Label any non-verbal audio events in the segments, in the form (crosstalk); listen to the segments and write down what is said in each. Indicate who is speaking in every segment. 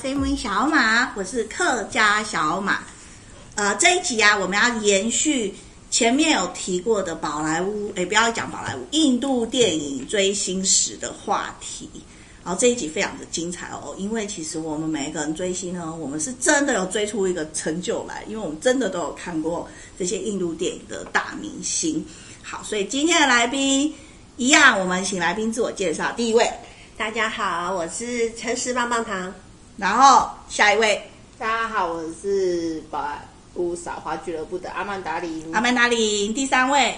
Speaker 1: 飞牧小马，我是客家小马。呃，这一集啊，我们要延续前面有提过的宝莱坞，诶，不要讲宝莱坞，印度电影追星史的话题。然后这一集非常的精彩哦，因为其实我们每一个人追星呢，我们是真的有追出一个成就来，因为我们真的都有看过这些印度电影的大明星。好，所以今天的来宾一样，我们请来宾自我介绍。第一位，
Speaker 2: 大家好，我是诚实棒棒糖。
Speaker 1: 然后下一位
Speaker 3: 大家好，我是宝莱坞撒花俱乐部的阿曼达里。
Speaker 1: 阿曼达林，第三位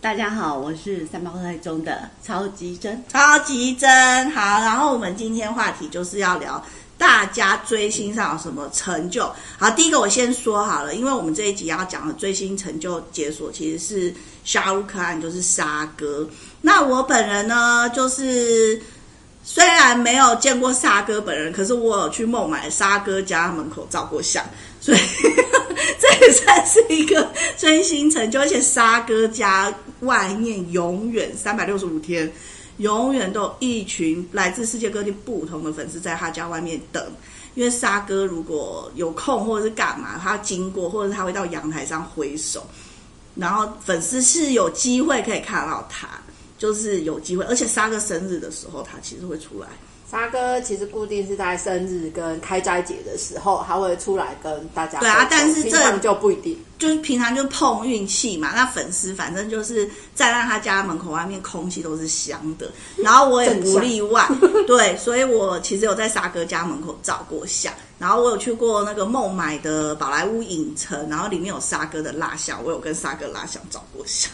Speaker 2: 大家好，我是三胞胎中的超级真。
Speaker 1: 超级真。好，然后我们今天话题就是要聊大家追星上有什么成就。好，第一个我先说好了，因为我们这一集要讲的追星成就解锁其实是沙乌克汗，就是沙哥。那我本人呢，就是虽然没有见过沙哥本人，可是我有去孟买沙哥家门口照过相，所以这也算是一个追星成就。而且沙哥家外面永远三百六十五天，永远都有一群来自世界各地不同的粉丝在他家外面等。因为沙哥如果有空或者是干嘛，他经过或者是他会到阳台上挥手，然后粉丝是有机会可以看到他，就是有机会。而且沙哥生日的时候，他其实会出来。
Speaker 3: 沙哥其实固定是在生日跟开斋节的时候，他会出来跟大家
Speaker 1: 对啊
Speaker 3: 分享
Speaker 1: 但是这
Speaker 3: 平常就不一定。
Speaker 1: 就是平常就碰运气嘛，那粉丝反正就是站在他家门口外面，空气都是香的，然后我也不例外，对，所以我其实有在沙哥家门口照过相，然后我有去过那个孟买的宝莱坞影城，然后里面有沙哥的蜡像，我有跟沙哥蜡像照过相，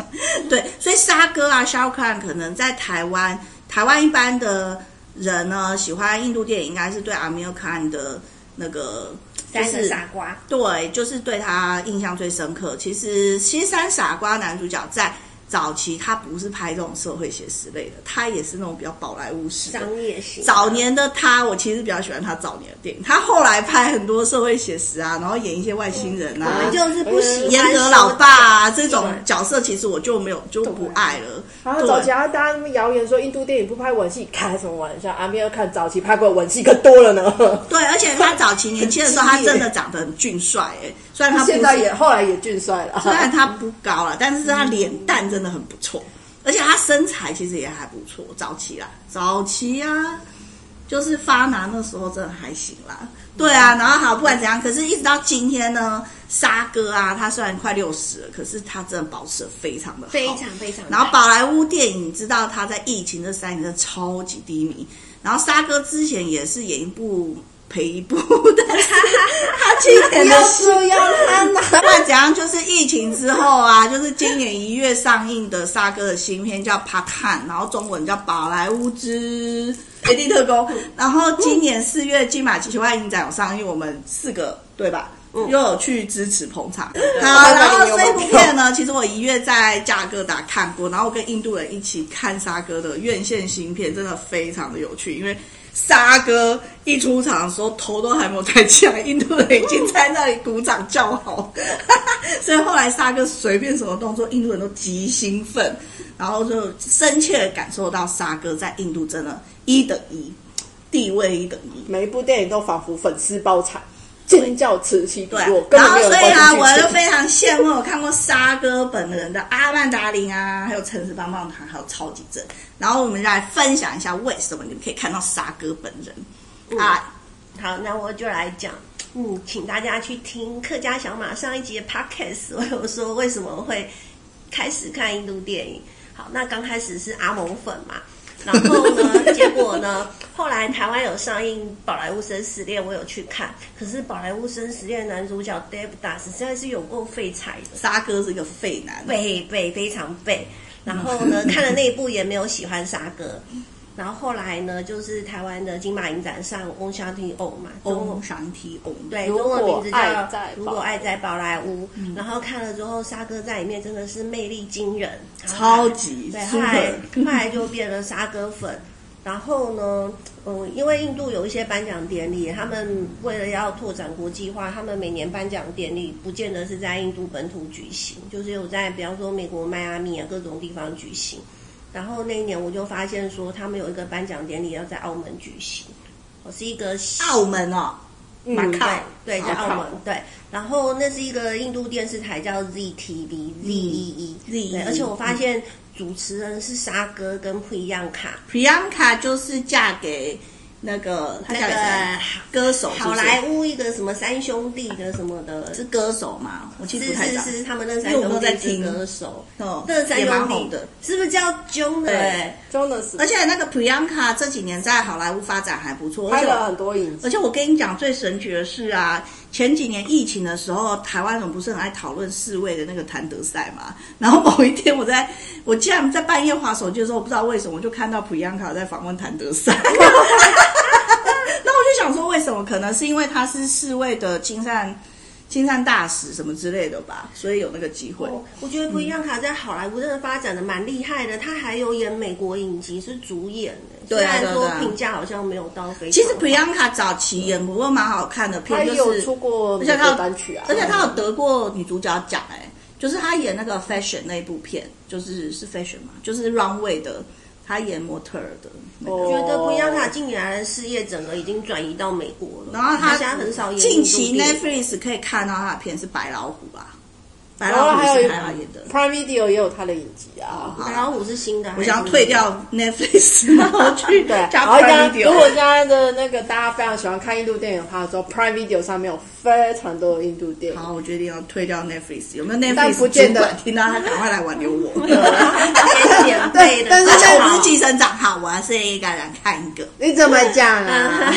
Speaker 1: 对， (laughs) 所以沙哥啊，沙克汗可能在台湾，台湾一般的人呢，喜欢印度电影应该是对阿米尔汗的那个。就
Speaker 2: 三
Speaker 1: 是
Speaker 2: 个傻瓜，
Speaker 1: 对，就是对他印象最深刻。其实《西山傻瓜》男主角在早期他不是拍这种社会写实类的，他也是那种比较宝莱坞式的。
Speaker 2: 商业型。
Speaker 1: 早年的他，我其实比较喜欢他早年的电影。他后来拍很多社会写实啊，然后演一些外星人啊，
Speaker 2: 嗯我们就是不喜欢
Speaker 1: 严格老爸啊
Speaker 2: 说
Speaker 1: 这种角色，其实我就没有就不爱了。
Speaker 3: 然后
Speaker 1: 对
Speaker 3: 早期还大家那边谣言说印度电影不拍吻戏，开什么玩笑？阿米尔看早期拍过吻戏可多了呢。
Speaker 1: 对，而且他早期年轻的时候，他真的长得很俊帅哎、虽然他不
Speaker 3: 现在也后来也俊
Speaker 1: (laughs)
Speaker 3: 帅了。
Speaker 1: 虽
Speaker 3: (laughs)
Speaker 1: 然他不高了，但是他
Speaker 2: 嗯
Speaker 1: 脸蛋真的很不错，而且他身材其实也还不错。早期啦，早期啊，就是发拿那时候真的还行啦。对啊，然后好，不管怎样，可是一直到今天呢，沙哥啊，他虽然快六十了，可是他真的保持的非常的好，
Speaker 2: 非常非常。
Speaker 1: 然后宝莱坞电影，你知道他在疫情这三年真的超级低迷。然后沙哥之前也是演一部赔一部，但
Speaker 2: (laughs)
Speaker 1: 是他去年的
Speaker 3: 这样他 (laughs) 哪？
Speaker 1: 不管怎样，就是疫情之后啊， (laughs) 就是今年一月上映的沙哥的新片叫《帕坦》，然后中文叫《宝莱坞之绝地特工》。然后今年四月金马奇球外影展有上映，我们四个对吧？又有去支持捧场。好，然后这部片呢，其实我一月在加哥达看过，然后我跟印度人一起看沙哥的院线新片，真的非常的有趣，因为。沙哥一出场的时候，头都还没有抬起来，印度人已经在那里鼓掌叫好， (laughs) 所以后来沙哥随便什么动作，印度人都极兴奋，然后就深切的感受到沙哥在印度真的一等一，地位一等一。
Speaker 3: 每一部电影都仿佛粉丝包场，尖叫此起彼
Speaker 1: 对啊
Speaker 3: 落，，根
Speaker 1: 然
Speaker 3: 本
Speaker 1: 后
Speaker 3: 没有
Speaker 1: 所
Speaker 3: 人
Speaker 1: 以啊，我
Speaker 3: 关
Speaker 1: 就
Speaker 3: 注剧情。
Speaker 1: 非常羡慕我看过沙哥本人的阿曼达林啊，还有城市棒棒糖，还有超级真。然后我们来分享一下为什么你们可以看到沙哥本人、
Speaker 2: 嗯
Speaker 1: 啊，
Speaker 2: 好，那我就来讲，嗯，请大家去听客家小马上一集的 podcast，我 (laughs) 有说为什么会开始看印度电影。好，那刚开始是阿蒙粉嘛，然后呢，结果呢，
Speaker 1: (laughs)
Speaker 2: 后来台湾有上映《宝莱坞生死恋》，我有去看，可是《宝莱坞生死恋》男主角 Dave Das 实在是有够废柴的。
Speaker 1: 沙哥是一个废男。
Speaker 2: 背背非常背。然后
Speaker 3: (laughs)
Speaker 2: 呢，看了那一部也没有喜欢沙哥。然后后来呢，就是台湾的金马影展上《翁香婷偶》嘛，中文
Speaker 1: 欧上体欧，
Speaker 3: 哦
Speaker 2: 对，
Speaker 3: 如
Speaker 2: 中
Speaker 3: 果
Speaker 2: 文名字叫
Speaker 3: 爱在
Speaker 2: 《如
Speaker 3: 宝嗯
Speaker 2: 果
Speaker 3: 莱
Speaker 2: 爱在宝莱坞》然后看了之后，沙哥在里面真的是魅力惊人，然
Speaker 1: 超
Speaker 2: 后
Speaker 1: 级
Speaker 2: 对，后来
Speaker 1: super。
Speaker 2: 后来就变成沙哥粉。然后呢，嗯，因为印度有一些颁奖典礼，他们为了要拓展国际化，他们每年颁奖典礼不见得是在印度本土举行，就是有在比方说美国迈阿密啊各种地方举行。然后那一年我就发现说，他们有一个颁奖典礼要在澳门举行，我是一个
Speaker 1: 澳门哦，马靠
Speaker 2: 对，嗯对，在
Speaker 1: 好
Speaker 2: 澳门，对。然后那是一个印度电视台叫 ZTV
Speaker 1: 嗯
Speaker 2: Z E E，
Speaker 1: ，ZEE
Speaker 2: 对。而且我发现主持人是沙哥跟不一样卡，
Speaker 1: Priyanka 就是嫁给那个她
Speaker 2: 那
Speaker 1: 嫁给
Speaker 2: 个
Speaker 1: 谁歌手是
Speaker 2: 好
Speaker 1: 不是
Speaker 2: 莱坞一个什么三兄弟的什么的，
Speaker 1: 嗯是歌手嘛？我其
Speaker 2: 是
Speaker 1: 实不太知
Speaker 2: 是
Speaker 1: 道。
Speaker 2: 是，他们那三
Speaker 1: 因为我
Speaker 2: 兄
Speaker 1: 都在
Speaker 2: 弟是
Speaker 1: 听
Speaker 2: 歌手，
Speaker 1: 哦
Speaker 2: 那三
Speaker 1: 也蛮
Speaker 2: 兄
Speaker 1: 红
Speaker 2: 弟
Speaker 1: 的。
Speaker 2: 是不是叫 John 的？
Speaker 1: 对
Speaker 2: 哎
Speaker 1: 而
Speaker 3: Jonas
Speaker 1: 且那个 Priyanka 这几年在好莱坞发展还不错，而
Speaker 3: 拍
Speaker 1: 且
Speaker 3: 了
Speaker 1: 我
Speaker 3: 很多影集，
Speaker 1: 而且我跟你讲最神奇的是啊，前几年疫情的时候，台湾人不是很爱讨论世卫的那个谭德赛嘛？ (laughs) 然后某一天我在我竟然在半夜划手机的时候，我不知道为什么我就看到 Priyanka 在访问谭德
Speaker 3: (laughs)
Speaker 1: 赛。那我就想说，为什么？可能是因为他是世卫的亲善亲善大使什么之类的吧，所以有那个机会。
Speaker 2: 哦我觉得不一样卡在好莱坞真的发展的蛮厉害的，他还有演美国影集是主演的，
Speaker 1: 对啊
Speaker 2: 虽
Speaker 1: 对
Speaker 2: 然说
Speaker 1: 啊对啊
Speaker 2: 评价好像没有到非常
Speaker 1: 其实
Speaker 2: 好
Speaker 1: Priyanka 早期演不过蛮好看的，
Speaker 3: 他
Speaker 1: 片
Speaker 3: 也
Speaker 1: 就
Speaker 3: 有
Speaker 1: 是
Speaker 3: 出过
Speaker 1: 而
Speaker 3: 美
Speaker 1: 且
Speaker 3: 国
Speaker 1: 他有
Speaker 3: 单曲啊，
Speaker 1: 而且她有得过女主角奖哎、就是她演那个 fashion 那一部片，就是是 fashion 嘛，就是 runway 的，她演模特儿的那个。
Speaker 3: 哦
Speaker 2: 觉得布亚卡近年来的事业整个已经转移到美国了，
Speaker 1: 然后她
Speaker 2: 现在很少演
Speaker 1: 近期
Speaker 2: 印度电影
Speaker 1: Netflix 可以看到她的片是白老虎吧？白
Speaker 3: 然后
Speaker 1: 老虎
Speaker 3: 哦还有
Speaker 1: 是
Speaker 3: 一
Speaker 1: 白老演的。
Speaker 3: Prime Video 也有他的影集啊。
Speaker 1: 好
Speaker 2: 白老虎是新的，
Speaker 1: 我想要退掉 Netflix，然后去 (laughs)
Speaker 3: 对，然
Speaker 1: 加
Speaker 3: 后家
Speaker 1: Prime
Speaker 3: 如果
Speaker 1: Video。
Speaker 3: 现在的那个大家非常喜欢看印度电影的话，说 Prime Video 上面有非常多的印度电影。
Speaker 1: 好，我决定要退掉 Netflix。有没有
Speaker 3: 但
Speaker 1: Netflix
Speaker 3: 不见得
Speaker 1: 主管听到他赶快来挽留
Speaker 3: (laughs)
Speaker 1: 我。 (laughs)
Speaker 2: 还免费的，
Speaker 3: 但是
Speaker 1: 而且
Speaker 3: 那
Speaker 1: 我不是寄生长，好，我要是一个人看一个。
Speaker 3: 你怎么讲
Speaker 1: 嗯
Speaker 3: (laughs) 啊？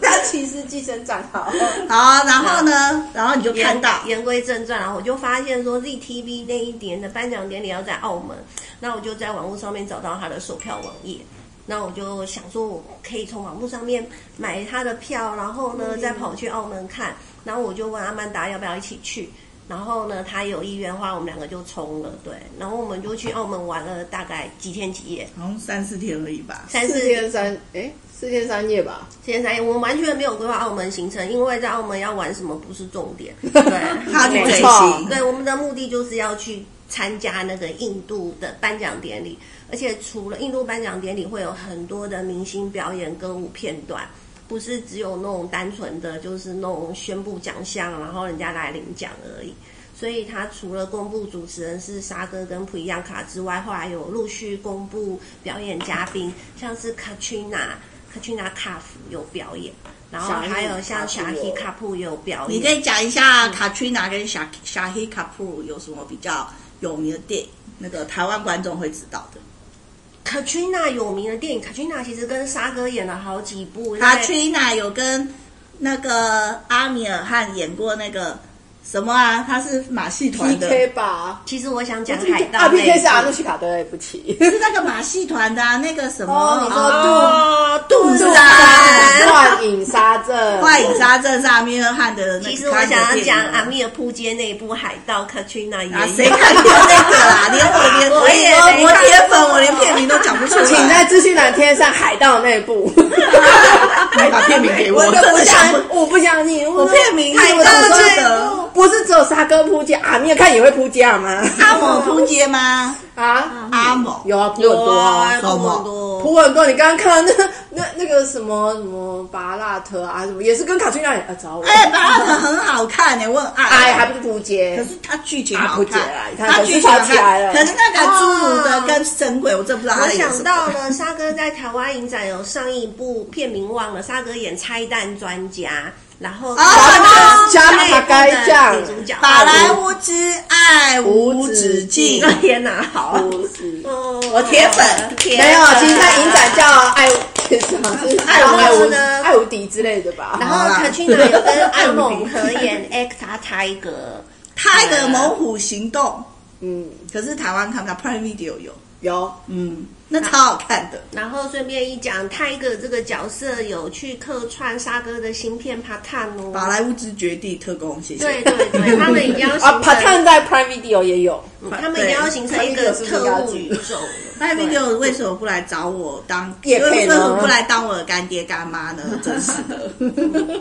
Speaker 3: 他其实寄生长好，
Speaker 1: 好，然后呢，然后你就看
Speaker 2: 言
Speaker 1: 到
Speaker 2: 言归正传，然后我就发现说 ZTV 那一年的颁奖典礼要在澳门，那我就在网络上面找到他的售票网页。那我就想说，我可以从网络上面买他的票，然后呢再跑去澳门看。然后我就问阿曼达要不要一起去，然后呢他有意愿的话，我们两个就冲了，对。然后我们就去澳门玩了大概几天几夜，
Speaker 1: 好像三四天而已吧。
Speaker 2: 三
Speaker 3: 四
Speaker 2: 四
Speaker 3: 天三哎四天三夜吧。
Speaker 2: 四天三夜，我们完全没有规划澳门行程，因为在澳门要玩什么不是重点，对，
Speaker 1: 他去
Speaker 3: 没
Speaker 1: 追
Speaker 3: 错
Speaker 1: 星，
Speaker 2: 对，我们的目的就是要去参加那个印度的颁奖典礼，而且除了印度颁奖典礼，会有很多的明星表演歌舞片段，不是只有那种单纯的就是那种宣布奖项，然后人家来领奖而已。所以他除了公布主持人是沙哥跟普伊亚卡之外，后来有陆续公布表演嘉宾，像是 Katrina、Katrina 卡夫有表演，然后还有像
Speaker 3: Shahid Kapoor
Speaker 2: Shahid 卡普有表演。
Speaker 1: 你可以讲一下卡 a 娜跟 Shah Shahid Kapoor 有什么比较有名的电影？那个台湾观众会知道的。
Speaker 2: Katrina 有名的电影，Katrina 其实跟沙哥演了好几部。
Speaker 1: 卡
Speaker 2: 对
Speaker 1: a 娜有跟那个阿米尔汗演过那个什么啊？他是马戏团的，
Speaker 3: PK 吧，
Speaker 2: 其实我想讲海盗
Speaker 3: 啊 PK 是阿
Speaker 2: 那
Speaker 3: 努
Speaker 2: 一部。
Speaker 3: 奇卡，对不起。
Speaker 1: 是那个马戏团的、啊、那个什么？
Speaker 3: 哦你说
Speaker 1: 哦杜
Speaker 3: 啊杜
Speaker 1: 杜
Speaker 3: 莎
Speaker 1: 莎。
Speaker 3: 乱影沙阵，
Speaker 1: 幻影杀阵是阿米尔汗的那个
Speaker 2: 其实我
Speaker 1: 开头
Speaker 2: 想要
Speaker 1: 电
Speaker 2: 讲
Speaker 1: 影啊
Speaker 2: 阿米尔扑街那一部海盗，Katrina
Speaker 1: 啊，
Speaker 2: 演
Speaker 1: 谁
Speaker 2: 的。
Speaker 1: 看过那个啦？连我连
Speaker 2: 我也
Speaker 1: 我
Speaker 2: 没
Speaker 1: 我
Speaker 2: 看
Speaker 1: 铁粉，我连片名都讲不出来。
Speaker 3: 请在资讯栏贴上海盗那一部。
Speaker 1: 你把片名给我，
Speaker 3: 我就
Speaker 1: 真
Speaker 3: 不
Speaker 1: 的想不
Speaker 3: 相，我不相信，我
Speaker 1: 我片名
Speaker 3: 太
Speaker 1: 我怎么记
Speaker 3: 大
Speaker 1: 得
Speaker 3: 了，不是只有沙哥扑街啊？你有看也会扑街好吗？
Speaker 1: 阿某扑街吗？
Speaker 3: 啊，
Speaker 1: 阿某
Speaker 3: 有啊，扑很
Speaker 2: 有
Speaker 3: 多
Speaker 2: 啊，
Speaker 1: 好不好
Speaker 2: 很多。
Speaker 3: 扑很多。你刚刚看到那那 (laughs) 那个什么什么巴拉特啊，什么也是跟卡翠娜呃找我，
Speaker 1: 哎，巴拉特很好看哎，我很
Speaker 3: 哎，还
Speaker 1: 爱。
Speaker 3: 不是扑
Speaker 1: 可
Speaker 3: 街
Speaker 1: 是。它剧情
Speaker 3: 啊
Speaker 1: 好
Speaker 3: 不解
Speaker 1: 看
Speaker 3: 啦你，看
Speaker 1: 它
Speaker 3: 可是啊
Speaker 1: 剧情好
Speaker 3: 吵起来
Speaker 1: 看。
Speaker 3: 了
Speaker 1: 可是那个侏儒的
Speaker 2: 啊
Speaker 1: 跟神鬼，我真
Speaker 3: 哦
Speaker 1: 不知道
Speaker 2: 我
Speaker 1: 他演
Speaker 2: 想
Speaker 1: 什
Speaker 2: 到
Speaker 1: 么。
Speaker 2: 了，沙哥在台湾影展有上一部片名忘了，沙哥演拆弹专家，然后
Speaker 1: 啊
Speaker 2: 那
Speaker 3: 哦加马
Speaker 2: 那一部
Speaker 3: 盖
Speaker 2: 的
Speaker 3: 酱
Speaker 2: 女主角哦
Speaker 1: 法莱坞之爱无止境，
Speaker 2: 天哪，好，
Speaker 3: 不是
Speaker 2: 哦
Speaker 1: 我铁粉
Speaker 2: 铁粉
Speaker 3: 没有，其实它影展叫爱什么是爱无爱
Speaker 2: 然后
Speaker 3: 无
Speaker 2: 呢
Speaker 3: 爱无敌之类的吧
Speaker 2: 然。后 Katrina
Speaker 3: (laughs)
Speaker 2: 有跟阿猛合演 Extra Tiger，
Speaker 1: 他的猛虎行动，
Speaker 3: (laughs) 嗯，
Speaker 1: 可是台湾看不到，Prime Video 有，
Speaker 3: 有
Speaker 1: 嗯，那超好看的。
Speaker 2: 然后顺便一讲，Tiger 这个角色有去客串沙哥的新片《帕探》
Speaker 1: 好
Speaker 2: 哦。
Speaker 1: 莱坞之绝地特工，谢谢。
Speaker 2: 对对对，他们已经要
Speaker 3: 啊，
Speaker 2: 形
Speaker 3: 帕
Speaker 2: 成，
Speaker 3: 探在 Prime Video 也有。
Speaker 2: 嗯他们已经要形成一个特务宇宙了。
Speaker 1: 那边就为什么不来找我当？
Speaker 3: 业配呢
Speaker 1: 为什么不来当我的干爹干妈呢？真是的。
Speaker 3: (laughs)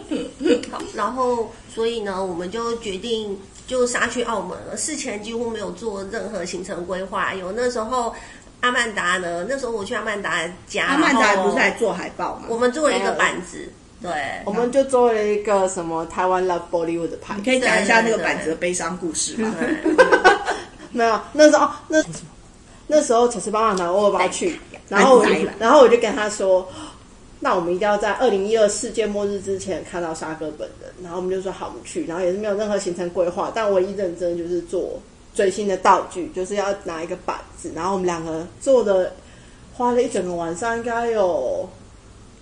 Speaker 2: 好然后，所以呢，我们就决定就杀去澳门了。事前几乎没有做任何行程规划，有那时候阿曼达呢，那时候我去阿曼达家，
Speaker 1: 阿曼达
Speaker 2: 然后
Speaker 1: 不是还做海报吗？
Speaker 2: 我们做了一个板子，对，
Speaker 3: 我们就做了一个什么台湾 Love Bollywood 的派
Speaker 1: 你，可以讲一下那个板子的悲伤故事吗？
Speaker 3: (laughs) 没有，那时候哦那那时候陈思邦拿我爸去，然后我就
Speaker 1: 来来
Speaker 3: 然后我就跟他说，那我们一定要在二零一二世界末日之前看到沙哥本人，然后我们就说好，我们去，然后也是没有任何行程规划，但唯一认真的就是做最新的道具，就是要拿一个板子，然后我们两个做的花了一整个晚上，应该有。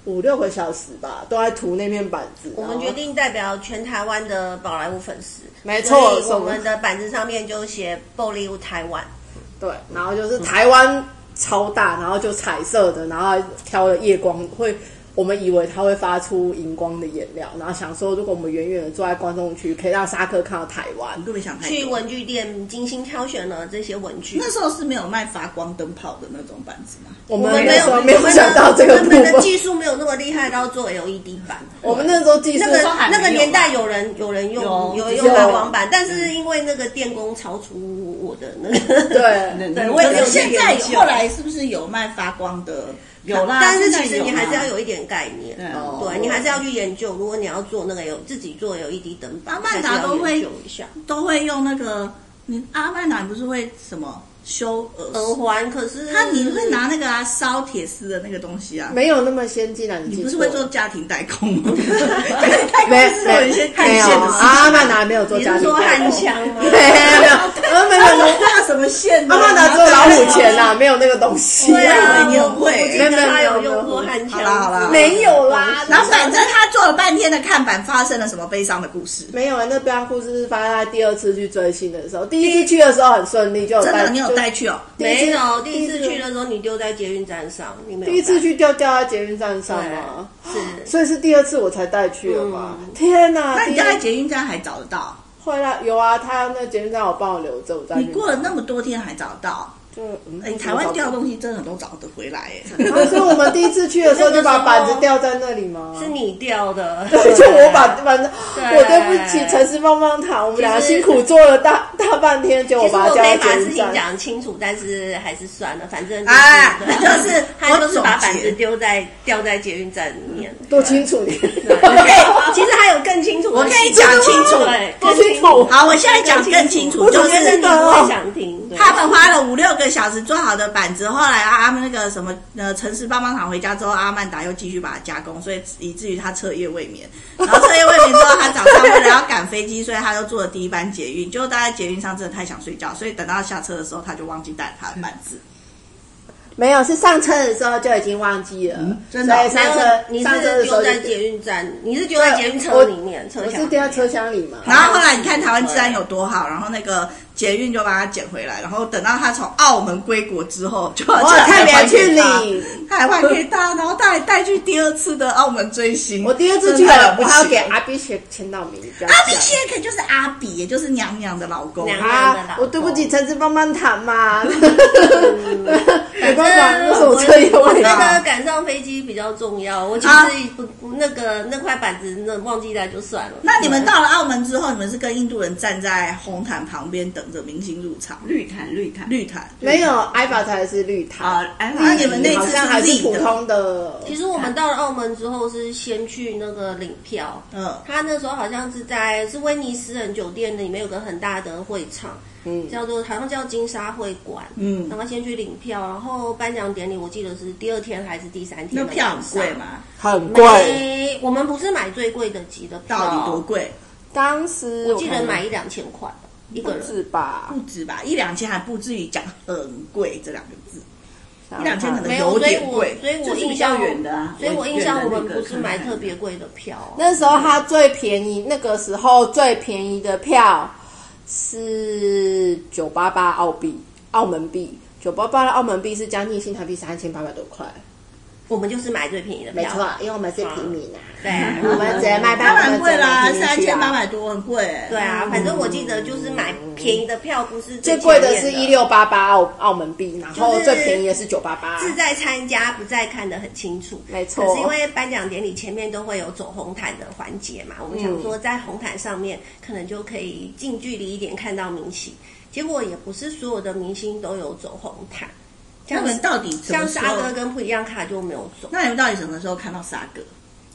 Speaker 3: 五六个小时吧，都在涂那面板子。
Speaker 2: 我
Speaker 3: 然
Speaker 2: 们
Speaker 3: 后
Speaker 2: 决定代表全台湾的宝莱坞粉丝，
Speaker 3: 没错
Speaker 2: 所以我
Speaker 3: 是我
Speaker 2: 们
Speaker 3: 们
Speaker 2: 的板子上面就写“暴力坞台湾
Speaker 3: 对，然后就是台湾超大，然后就彩色的，然后还挑了夜光会。我们以为它会发出荧光的颜料，然后想说，如果我们远远的坐在观众区，可以让沙克看到台湾
Speaker 1: 你。根本想”，太
Speaker 2: 去
Speaker 1: 多。
Speaker 2: 文具店精心挑选了这些文具
Speaker 1: 那。时候是没有卖发光灯泡的那种板子吗？
Speaker 3: 我
Speaker 2: 我
Speaker 3: 们
Speaker 2: 们
Speaker 3: 那
Speaker 2: 没
Speaker 3: 时候
Speaker 2: 有，
Speaker 3: 没有想到这个
Speaker 2: 我
Speaker 3: 部
Speaker 2: 们的
Speaker 3: 分。
Speaker 2: 技术没有那么厉害到做 E LED 板。
Speaker 3: 我们那时候技术
Speaker 2: 那
Speaker 1: 时候
Speaker 2: 个
Speaker 1: 还没
Speaker 2: 那
Speaker 1: 有
Speaker 2: 个年代有人有人用
Speaker 1: 有
Speaker 2: 有人
Speaker 1: 有
Speaker 2: 用蓝光板，但是因为那个电工超出我的那个， (laughs)
Speaker 3: 对，
Speaker 2: 对
Speaker 1: 你
Speaker 2: 我也
Speaker 1: 可
Speaker 2: 有
Speaker 1: 是
Speaker 2: 去
Speaker 1: 现在
Speaker 2: 研究
Speaker 1: 后来是不是有卖发光的？有啦，
Speaker 2: 但
Speaker 1: 现
Speaker 2: 是
Speaker 1: 在
Speaker 2: 其实你还是要
Speaker 1: 有啦。
Speaker 2: 有一点概念，
Speaker 1: 对
Speaker 2: 嗯
Speaker 1: 哦
Speaker 2: 对你还是要去研究。如果你要做那个有自己做有 LED 灯板，
Speaker 1: 阿曼达
Speaker 2: 还是要
Speaker 1: 都会
Speaker 2: 研究一下
Speaker 1: 都会用那个，你阿曼达不是会什么修耳
Speaker 3: 哦
Speaker 2: 耳环，可是
Speaker 1: 他你会拿那个啊烧铁丝的那个东西啊？
Speaker 3: 没有那么先进啊！
Speaker 1: 你
Speaker 3: 你记
Speaker 1: 不是
Speaker 3: 错
Speaker 1: 会做家庭代工吗？ (laughs) 家庭代工是
Speaker 3: 没
Speaker 1: 有一些
Speaker 3: 没
Speaker 1: 看
Speaker 3: 没有啊
Speaker 1: 线的事
Speaker 3: 阿曼达没有做
Speaker 2: 你
Speaker 3: 家
Speaker 2: 是
Speaker 3: 庭
Speaker 2: 说
Speaker 3: 代
Speaker 2: 焊
Speaker 3: 工
Speaker 2: 枪吗？
Speaker 3: 没有没有，阿
Speaker 1: (laughs)
Speaker 3: 曼达
Speaker 1: 情。那个什么线的？
Speaker 3: 阿曼达做老虎钳啊啦，没有那个东西。
Speaker 2: 对啊，
Speaker 1: 你很
Speaker 2: 我我
Speaker 1: 会
Speaker 2: 记 (laughs) 得
Speaker 3: 没有
Speaker 2: 他
Speaker 3: 没有
Speaker 2: 啊有
Speaker 3: 没有
Speaker 2: 用过焊枪，
Speaker 1: 好啦好啦好啦
Speaker 3: 没有啦
Speaker 1: 然后反正他做了半天的看板，发生了什么悲伤的故事？
Speaker 3: 没有啊，那标故事是发生在第二次去追星的时候，第一次去的时候很顺利，就有
Speaker 1: 真
Speaker 3: 带
Speaker 1: 的，你有
Speaker 3: 就
Speaker 1: 带去哦？
Speaker 3: 第一次
Speaker 2: 没有，第一次
Speaker 3: 第一次
Speaker 2: 去的时候你丢在捷运站上，你没有
Speaker 3: 第一次
Speaker 2: 带
Speaker 3: 去就掉在捷运站上
Speaker 2: 对
Speaker 1: 哎
Speaker 3: 嘛，
Speaker 2: 是
Speaker 3: 所以是第二次我才带去的嘛。天哪、
Speaker 1: 嗯那你
Speaker 3: 第
Speaker 1: 家
Speaker 3: 二
Speaker 1: 在捷运站还找得到？
Speaker 3: 会啦，有啊，他那捷运站我帮我留着，我再
Speaker 1: 你
Speaker 3: 去
Speaker 1: 过了那么多天还找得到？
Speaker 3: 就嗯
Speaker 1: 哎，台湾掉东西真的都找得回来哎。
Speaker 3: 啊所以我们第一次去的时候就
Speaker 2: 那
Speaker 3: 把
Speaker 2: 个时候
Speaker 3: 板子吊在那里
Speaker 1: (laughs)
Speaker 3: 吗？
Speaker 2: 是你掉的，
Speaker 3: (laughs) 对，就我把板子，
Speaker 2: 对
Speaker 3: 我对不起城市棒棒糖，我们两个辛苦做了大大半天，结
Speaker 2: 其
Speaker 3: 果
Speaker 2: 实
Speaker 3: 把它
Speaker 2: 我
Speaker 3: 吊
Speaker 2: 没
Speaker 3: 到
Speaker 2: 把
Speaker 3: 捷
Speaker 2: 事
Speaker 3: 运
Speaker 2: 情
Speaker 3: 站。
Speaker 2: 讲清楚，但是还是算了，反正
Speaker 1: 哎
Speaker 2: 对
Speaker 1: (laughs)
Speaker 2: 啊
Speaker 1: 就是
Speaker 2: (laughs) 他就
Speaker 1: 我
Speaker 2: 是
Speaker 1: 总
Speaker 2: 把板
Speaker 1: 结
Speaker 2: 子丢在掉在捷运站里面。
Speaker 3: 多清楚
Speaker 1: (laughs)
Speaker 3: 你，
Speaker 1: 哎
Speaker 2: 对，其实还有更清楚的，
Speaker 1: 我可以讲清楚
Speaker 2: 对，
Speaker 3: 多
Speaker 2: 更
Speaker 3: 清楚。
Speaker 1: 好，我现在讲更清楚，
Speaker 3: 我
Speaker 1: 就
Speaker 3: 总
Speaker 2: 我
Speaker 3: 觉
Speaker 2: 觉
Speaker 1: 是哦
Speaker 3: 得
Speaker 2: 得你不会想听，对
Speaker 1: 他们花了五六个小时做好的板子，后来啊，他们那个什么呃，城市棒棒糖回家之后，阿曼达又继续把它加工，所以以至于他彻夜未 (laughs) 眠。然后彻夜未眠之后，他早上为了要赶飞机，所以他又坐了第一班捷运。结果他在捷运上真的太想睡觉，所以等到下车的时候，他就忘记带他的板子。
Speaker 3: 没有，是上车的时候就已经忘记了，
Speaker 1: 嗯真的
Speaker 3: 所以
Speaker 2: 没
Speaker 3: 上
Speaker 2: 有
Speaker 3: 车
Speaker 2: 你
Speaker 3: 上车
Speaker 2: 是
Speaker 3: 的时
Speaker 2: 丢
Speaker 3: 候就
Speaker 2: 在捷运站，你是
Speaker 1: 啊
Speaker 2: 丢在捷运车里面，车
Speaker 3: 我
Speaker 2: 厢
Speaker 3: 是
Speaker 2: 里
Speaker 3: 掉在
Speaker 2: 面。
Speaker 3: 车厢里嘛。
Speaker 1: (laughs) 然后后来你看台湾治安有多好，然后那个捷运就把他捡回来，然后等到他从澳门归国之后，就
Speaker 3: 我特别去
Speaker 1: 领，
Speaker 3: 领，
Speaker 1: 他还还给他，然后他还带去 (laughs) 第二次的澳门追星。
Speaker 3: 我第二次去
Speaker 1: 真的太
Speaker 3: 了，
Speaker 1: 不
Speaker 3: 我
Speaker 1: 起
Speaker 3: 还要给阿 B 写签到名，不要
Speaker 1: 阿比
Speaker 3: 讲
Speaker 1: 谢可就是阿比，也就是娘娘的老公。
Speaker 2: 娘
Speaker 3: 啊！我对不起，橙子棒棒糖嘛， (laughs) 没办
Speaker 1: 啊
Speaker 3: 法，
Speaker 2: 嗯
Speaker 3: 那是我彻夜
Speaker 2: 我
Speaker 3: 未
Speaker 2: 觉
Speaker 3: 眠。
Speaker 2: 得赶上飞机比较重要。我其实
Speaker 1: 啊
Speaker 2: 不、那个那块板子那忘记带就算了。
Speaker 1: 那你们到了澳门之后，你们是跟印度人站在红毯旁边等着明星入场，
Speaker 4: 绿毯绿毯，
Speaker 1: 绿毯。啊
Speaker 3: 没有，艾法才是绿
Speaker 4: 啊
Speaker 3: 塔，，
Speaker 4: 哎，
Speaker 1: 那你们那
Speaker 3: 好
Speaker 1: 次
Speaker 3: 像还
Speaker 1: 是
Speaker 3: 是
Speaker 1: 立
Speaker 3: 普
Speaker 1: 的，
Speaker 3: 通的。
Speaker 2: 其实我们到了澳门之后是先去那个领票，
Speaker 1: 嗯，
Speaker 2: 他那时候好像是在是威尼斯人酒店里面有个很大的会场，
Speaker 3: 嗯
Speaker 2: 叫做好像叫金沙会馆，
Speaker 1: 嗯
Speaker 2: 然后先去领票，然后颁奖典礼我记得是第二天还是第三天
Speaker 1: 那
Speaker 2: 的晚
Speaker 1: 票
Speaker 2: 上，
Speaker 1: 很贵吗？
Speaker 2: 嗯
Speaker 3: 很
Speaker 2: 没，我们不是买最贵的级的票，
Speaker 1: 到底多贵？
Speaker 3: 当时
Speaker 2: 我记得买一两千块吧一个人。
Speaker 3: 是
Speaker 2: 哦
Speaker 3: 吧
Speaker 1: 不？止吧，一两千还不至于讲很贵这两个字。
Speaker 3: 一
Speaker 1: 两千可能
Speaker 2: 哦没有，所以
Speaker 1: 点
Speaker 2: 我
Speaker 1: 贵
Speaker 2: 所以我
Speaker 4: 就是
Speaker 2: 印
Speaker 4: 比较
Speaker 2: 象
Speaker 4: 远的啊
Speaker 2: 所以我印象我
Speaker 4: 远的那
Speaker 2: 们
Speaker 4: 个
Speaker 2: 不是
Speaker 4: 看
Speaker 2: 买
Speaker 4: 看
Speaker 2: 特
Speaker 1: 嗯
Speaker 2: 别贵的票啊、
Speaker 3: 那时候它最便宜，那个时候最便宜的票是九八八澳币，澳门币。九八八的澳门币是将近新台币三千八百多块，
Speaker 2: 我们就是买最便宜的
Speaker 3: 没
Speaker 2: 票，
Speaker 3: 错，因为我们是平民啊，
Speaker 2: 对
Speaker 3: 我们只能卖
Speaker 1: 当
Speaker 3: 半
Speaker 1: 然
Speaker 3: 分
Speaker 1: 贵啦，
Speaker 3: 啊
Speaker 1: 三千八
Speaker 3: 百。
Speaker 1: 百多很贵。
Speaker 2: 对啊，反正我记得就是买便宜的票，不是
Speaker 3: 嗯最
Speaker 2: 前
Speaker 3: 贵的
Speaker 2: 面
Speaker 3: 是一，六八八澳澳门币，然后
Speaker 2: 就是
Speaker 3: 最便宜的是九八八。
Speaker 2: 是在参加不在看得很清楚，
Speaker 3: 没错
Speaker 2: 可是因为颁奖典礼前面都会有走红毯的环节嘛，我们想
Speaker 3: 嗯
Speaker 2: 说在红毯上面可能就可以近距离一点看到明星，结果也不是所有的明星都有走红毯，
Speaker 1: 那
Speaker 2: 像
Speaker 1: 你们到底什么
Speaker 2: 像
Speaker 1: 时
Speaker 2: 沙
Speaker 1: 候？
Speaker 2: 哥跟不一样卡就没有走。
Speaker 1: 那你们到底什么时候看到沙哥？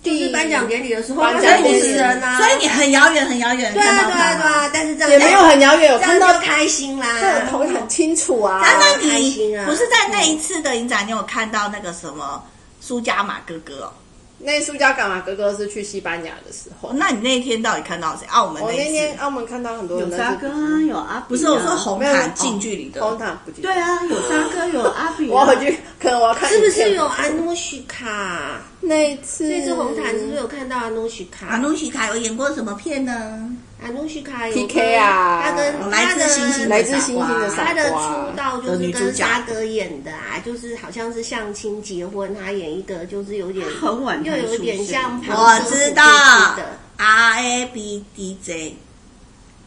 Speaker 2: 就是颁奖典礼的时候，
Speaker 3: 颁
Speaker 2: 他
Speaker 3: 奖
Speaker 2: 是主
Speaker 3: 典礼
Speaker 2: 持人啊，
Speaker 1: 所以你很遥远很遥远
Speaker 2: 对
Speaker 1: 看
Speaker 2: 啊
Speaker 1: 到
Speaker 2: 对
Speaker 1: 他
Speaker 2: 啊
Speaker 1: 嘛
Speaker 2: 对啊，但是这样
Speaker 3: 也没有很遥远，我
Speaker 2: 这
Speaker 3: 看
Speaker 2: 样
Speaker 3: 到
Speaker 2: 就开心
Speaker 3: 他的
Speaker 2: 啦
Speaker 3: 头。很清楚啊。
Speaker 1: 啊，那
Speaker 2: 开
Speaker 1: 你
Speaker 2: 心啊
Speaker 1: 不是在那一次的影展，你有看到那个什么苏加马哥哥哦？
Speaker 3: 那塑胶干嘛哥哥是去西班牙的时候，
Speaker 1: 那你那一天到底看到谁？啊澳门
Speaker 3: 我
Speaker 1: 一
Speaker 3: 那天
Speaker 1: 次？
Speaker 3: 澳门看到很多
Speaker 4: 有
Speaker 3: 人都
Speaker 4: 沙哥啊，有阿比啊
Speaker 1: 不是，我说红
Speaker 3: 没有
Speaker 1: 毯近距离的。
Speaker 3: 哦红毯不记得
Speaker 4: 对，啊，有沙哥，有阿比啊，
Speaker 3: 我要回去，可能我要看
Speaker 2: 是不
Speaker 3: 影
Speaker 2: 是
Speaker 3: 片
Speaker 2: 有安诺许卡？
Speaker 3: 那一次
Speaker 2: 那只红毯是不是有看到安诺许卡？
Speaker 1: 阿努许卡有演过什么片呢？
Speaker 2: 阿努许卡有
Speaker 3: PK 啊
Speaker 2: 他跟
Speaker 1: 哦来
Speaker 2: 他
Speaker 1: 自
Speaker 2: 的
Speaker 1: 星星
Speaker 3: 来自星星的
Speaker 2: 他
Speaker 3: 傻
Speaker 2: 的
Speaker 3: 瓜
Speaker 2: 出，道就
Speaker 1: 的
Speaker 2: 是
Speaker 1: 女主角
Speaker 2: 跟沙哥演的啊，就是好像是相亲结婚，他演一个就是有点
Speaker 4: 很晚
Speaker 2: 又
Speaker 4: 才
Speaker 2: 有一点
Speaker 4: 出现
Speaker 2: 像庞
Speaker 1: 我
Speaker 2: 氏
Speaker 1: 知
Speaker 2: 虎
Speaker 1: 道
Speaker 2: 地区的，
Speaker 1: ，R A B D J，